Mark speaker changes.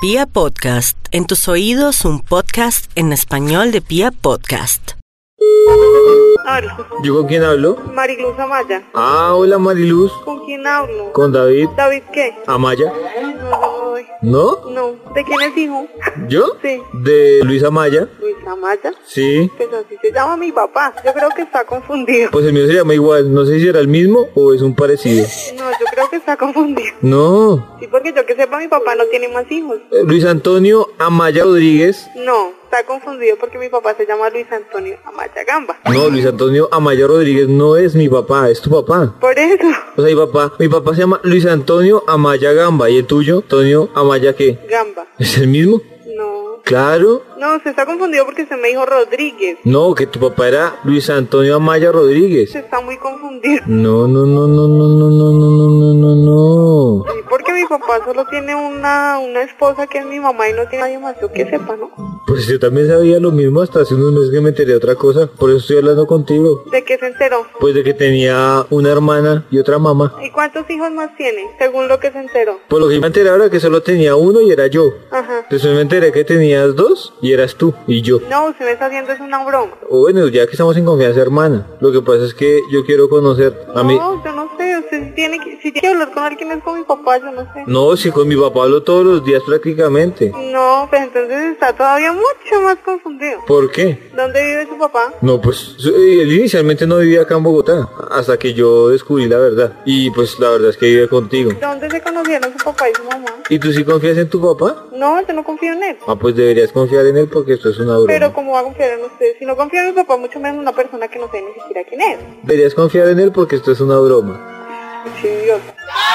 Speaker 1: Pia Podcast, en tus oídos un podcast en español de Pia Podcast.
Speaker 2: Hablo.
Speaker 3: ¿Yo con quién hablo?
Speaker 2: Mariluz Amaya.
Speaker 3: Ah, hola Mariluz,
Speaker 2: ¿Con quién hablo?
Speaker 3: con David
Speaker 2: ¿David qué?
Speaker 3: Amaya.
Speaker 2: No,
Speaker 3: ¿No?
Speaker 2: no. ¿De quién es hijo?
Speaker 3: ¿Yo?
Speaker 2: Sí.
Speaker 3: De Luis Amaya.
Speaker 2: Luis Amaya.
Speaker 3: Sí.
Speaker 2: Pues así se llama mi papá. Yo creo que está confundido.
Speaker 3: Pues el mío se llama igual, no sé si era el mismo o es un parecido.
Speaker 2: No, yo creo que está confundido.
Speaker 3: No,
Speaker 2: Sí, porque yo que sepa, mi papá no tiene más hijos.
Speaker 3: eh, Luis Antonio Amaya Rodríguez.
Speaker 2: No, está confundido porque mi papá se llama Luis Antonio Amaya Gamba.
Speaker 3: No, Luis Antonio Amaya Rodríguez no es mi papá, es tu papá.
Speaker 2: Por eso.
Speaker 3: O sea, mi papá, mi papá se llama Luis Antonio Amaya Gamba y el tuyo, Antonio Amaya qué?
Speaker 2: Gamba.
Speaker 3: ¿Es el mismo?
Speaker 2: No.
Speaker 3: Claro.
Speaker 2: No, se está confundido porque se me dijo Rodríguez.
Speaker 3: No, que tu papá era Luis Antonio Amaya Rodríguez.
Speaker 2: Se está muy confundido.
Speaker 3: No, no, no, no, no, no, no, no, no, no, no, no.
Speaker 2: Sí, porque mi papá solo tiene una, una esposa que es mi mamá y no tiene nadie más, yo que sepa, ¿no?
Speaker 3: Pues yo también sabía lo mismo hasta hace unos meses que me enteré de otra cosa, por eso estoy hablando contigo.
Speaker 2: ¿De qué se enteró?
Speaker 3: Pues de que tenía una hermana y otra mamá.
Speaker 2: ¿Y cuántos hijos más tiene, según lo que se enteró?
Speaker 3: Por lo que yo me enteré ahora que solo tenía uno y era yo.
Speaker 2: Ajá.
Speaker 3: Después me enteré que tenías dos y eras tú y yo.
Speaker 2: No, usted me está haciendo es una broma.
Speaker 3: O bueno, ya que estamos en confianza, hermana. Lo que pasa es que yo quiero conocer a mí.
Speaker 2: No, yo no sé, usted tiene que, si tiene que hablar con alguien es con mi papá, yo no sé.
Speaker 3: No, si con mi papá hablo todos los días prácticamente.
Speaker 2: No, pues entonces está todavía mucho más confundido.
Speaker 3: ¿Por qué?
Speaker 2: ¿Dónde vive su papá?
Speaker 3: No, pues su- eh, él inicialmente no vivía acá en Bogotá, hasta que yo descubrí la verdad. Y pues la verdad es que vive contigo.
Speaker 2: ¿Dónde se conocieron su papá y su mamá?
Speaker 3: ¿Y tú sí confías en tu papá?
Speaker 2: No, yo no confío en él.
Speaker 3: Ah, pues deberías confiar en él porque esto es una broma.
Speaker 2: Pero ¿cómo va a confiar en usted? Si no confía en mi papá, mucho menos en una persona que no sé ni siquiera quién es.
Speaker 3: Deberías confiar en él porque esto es una broma.
Speaker 2: Mucho idiota.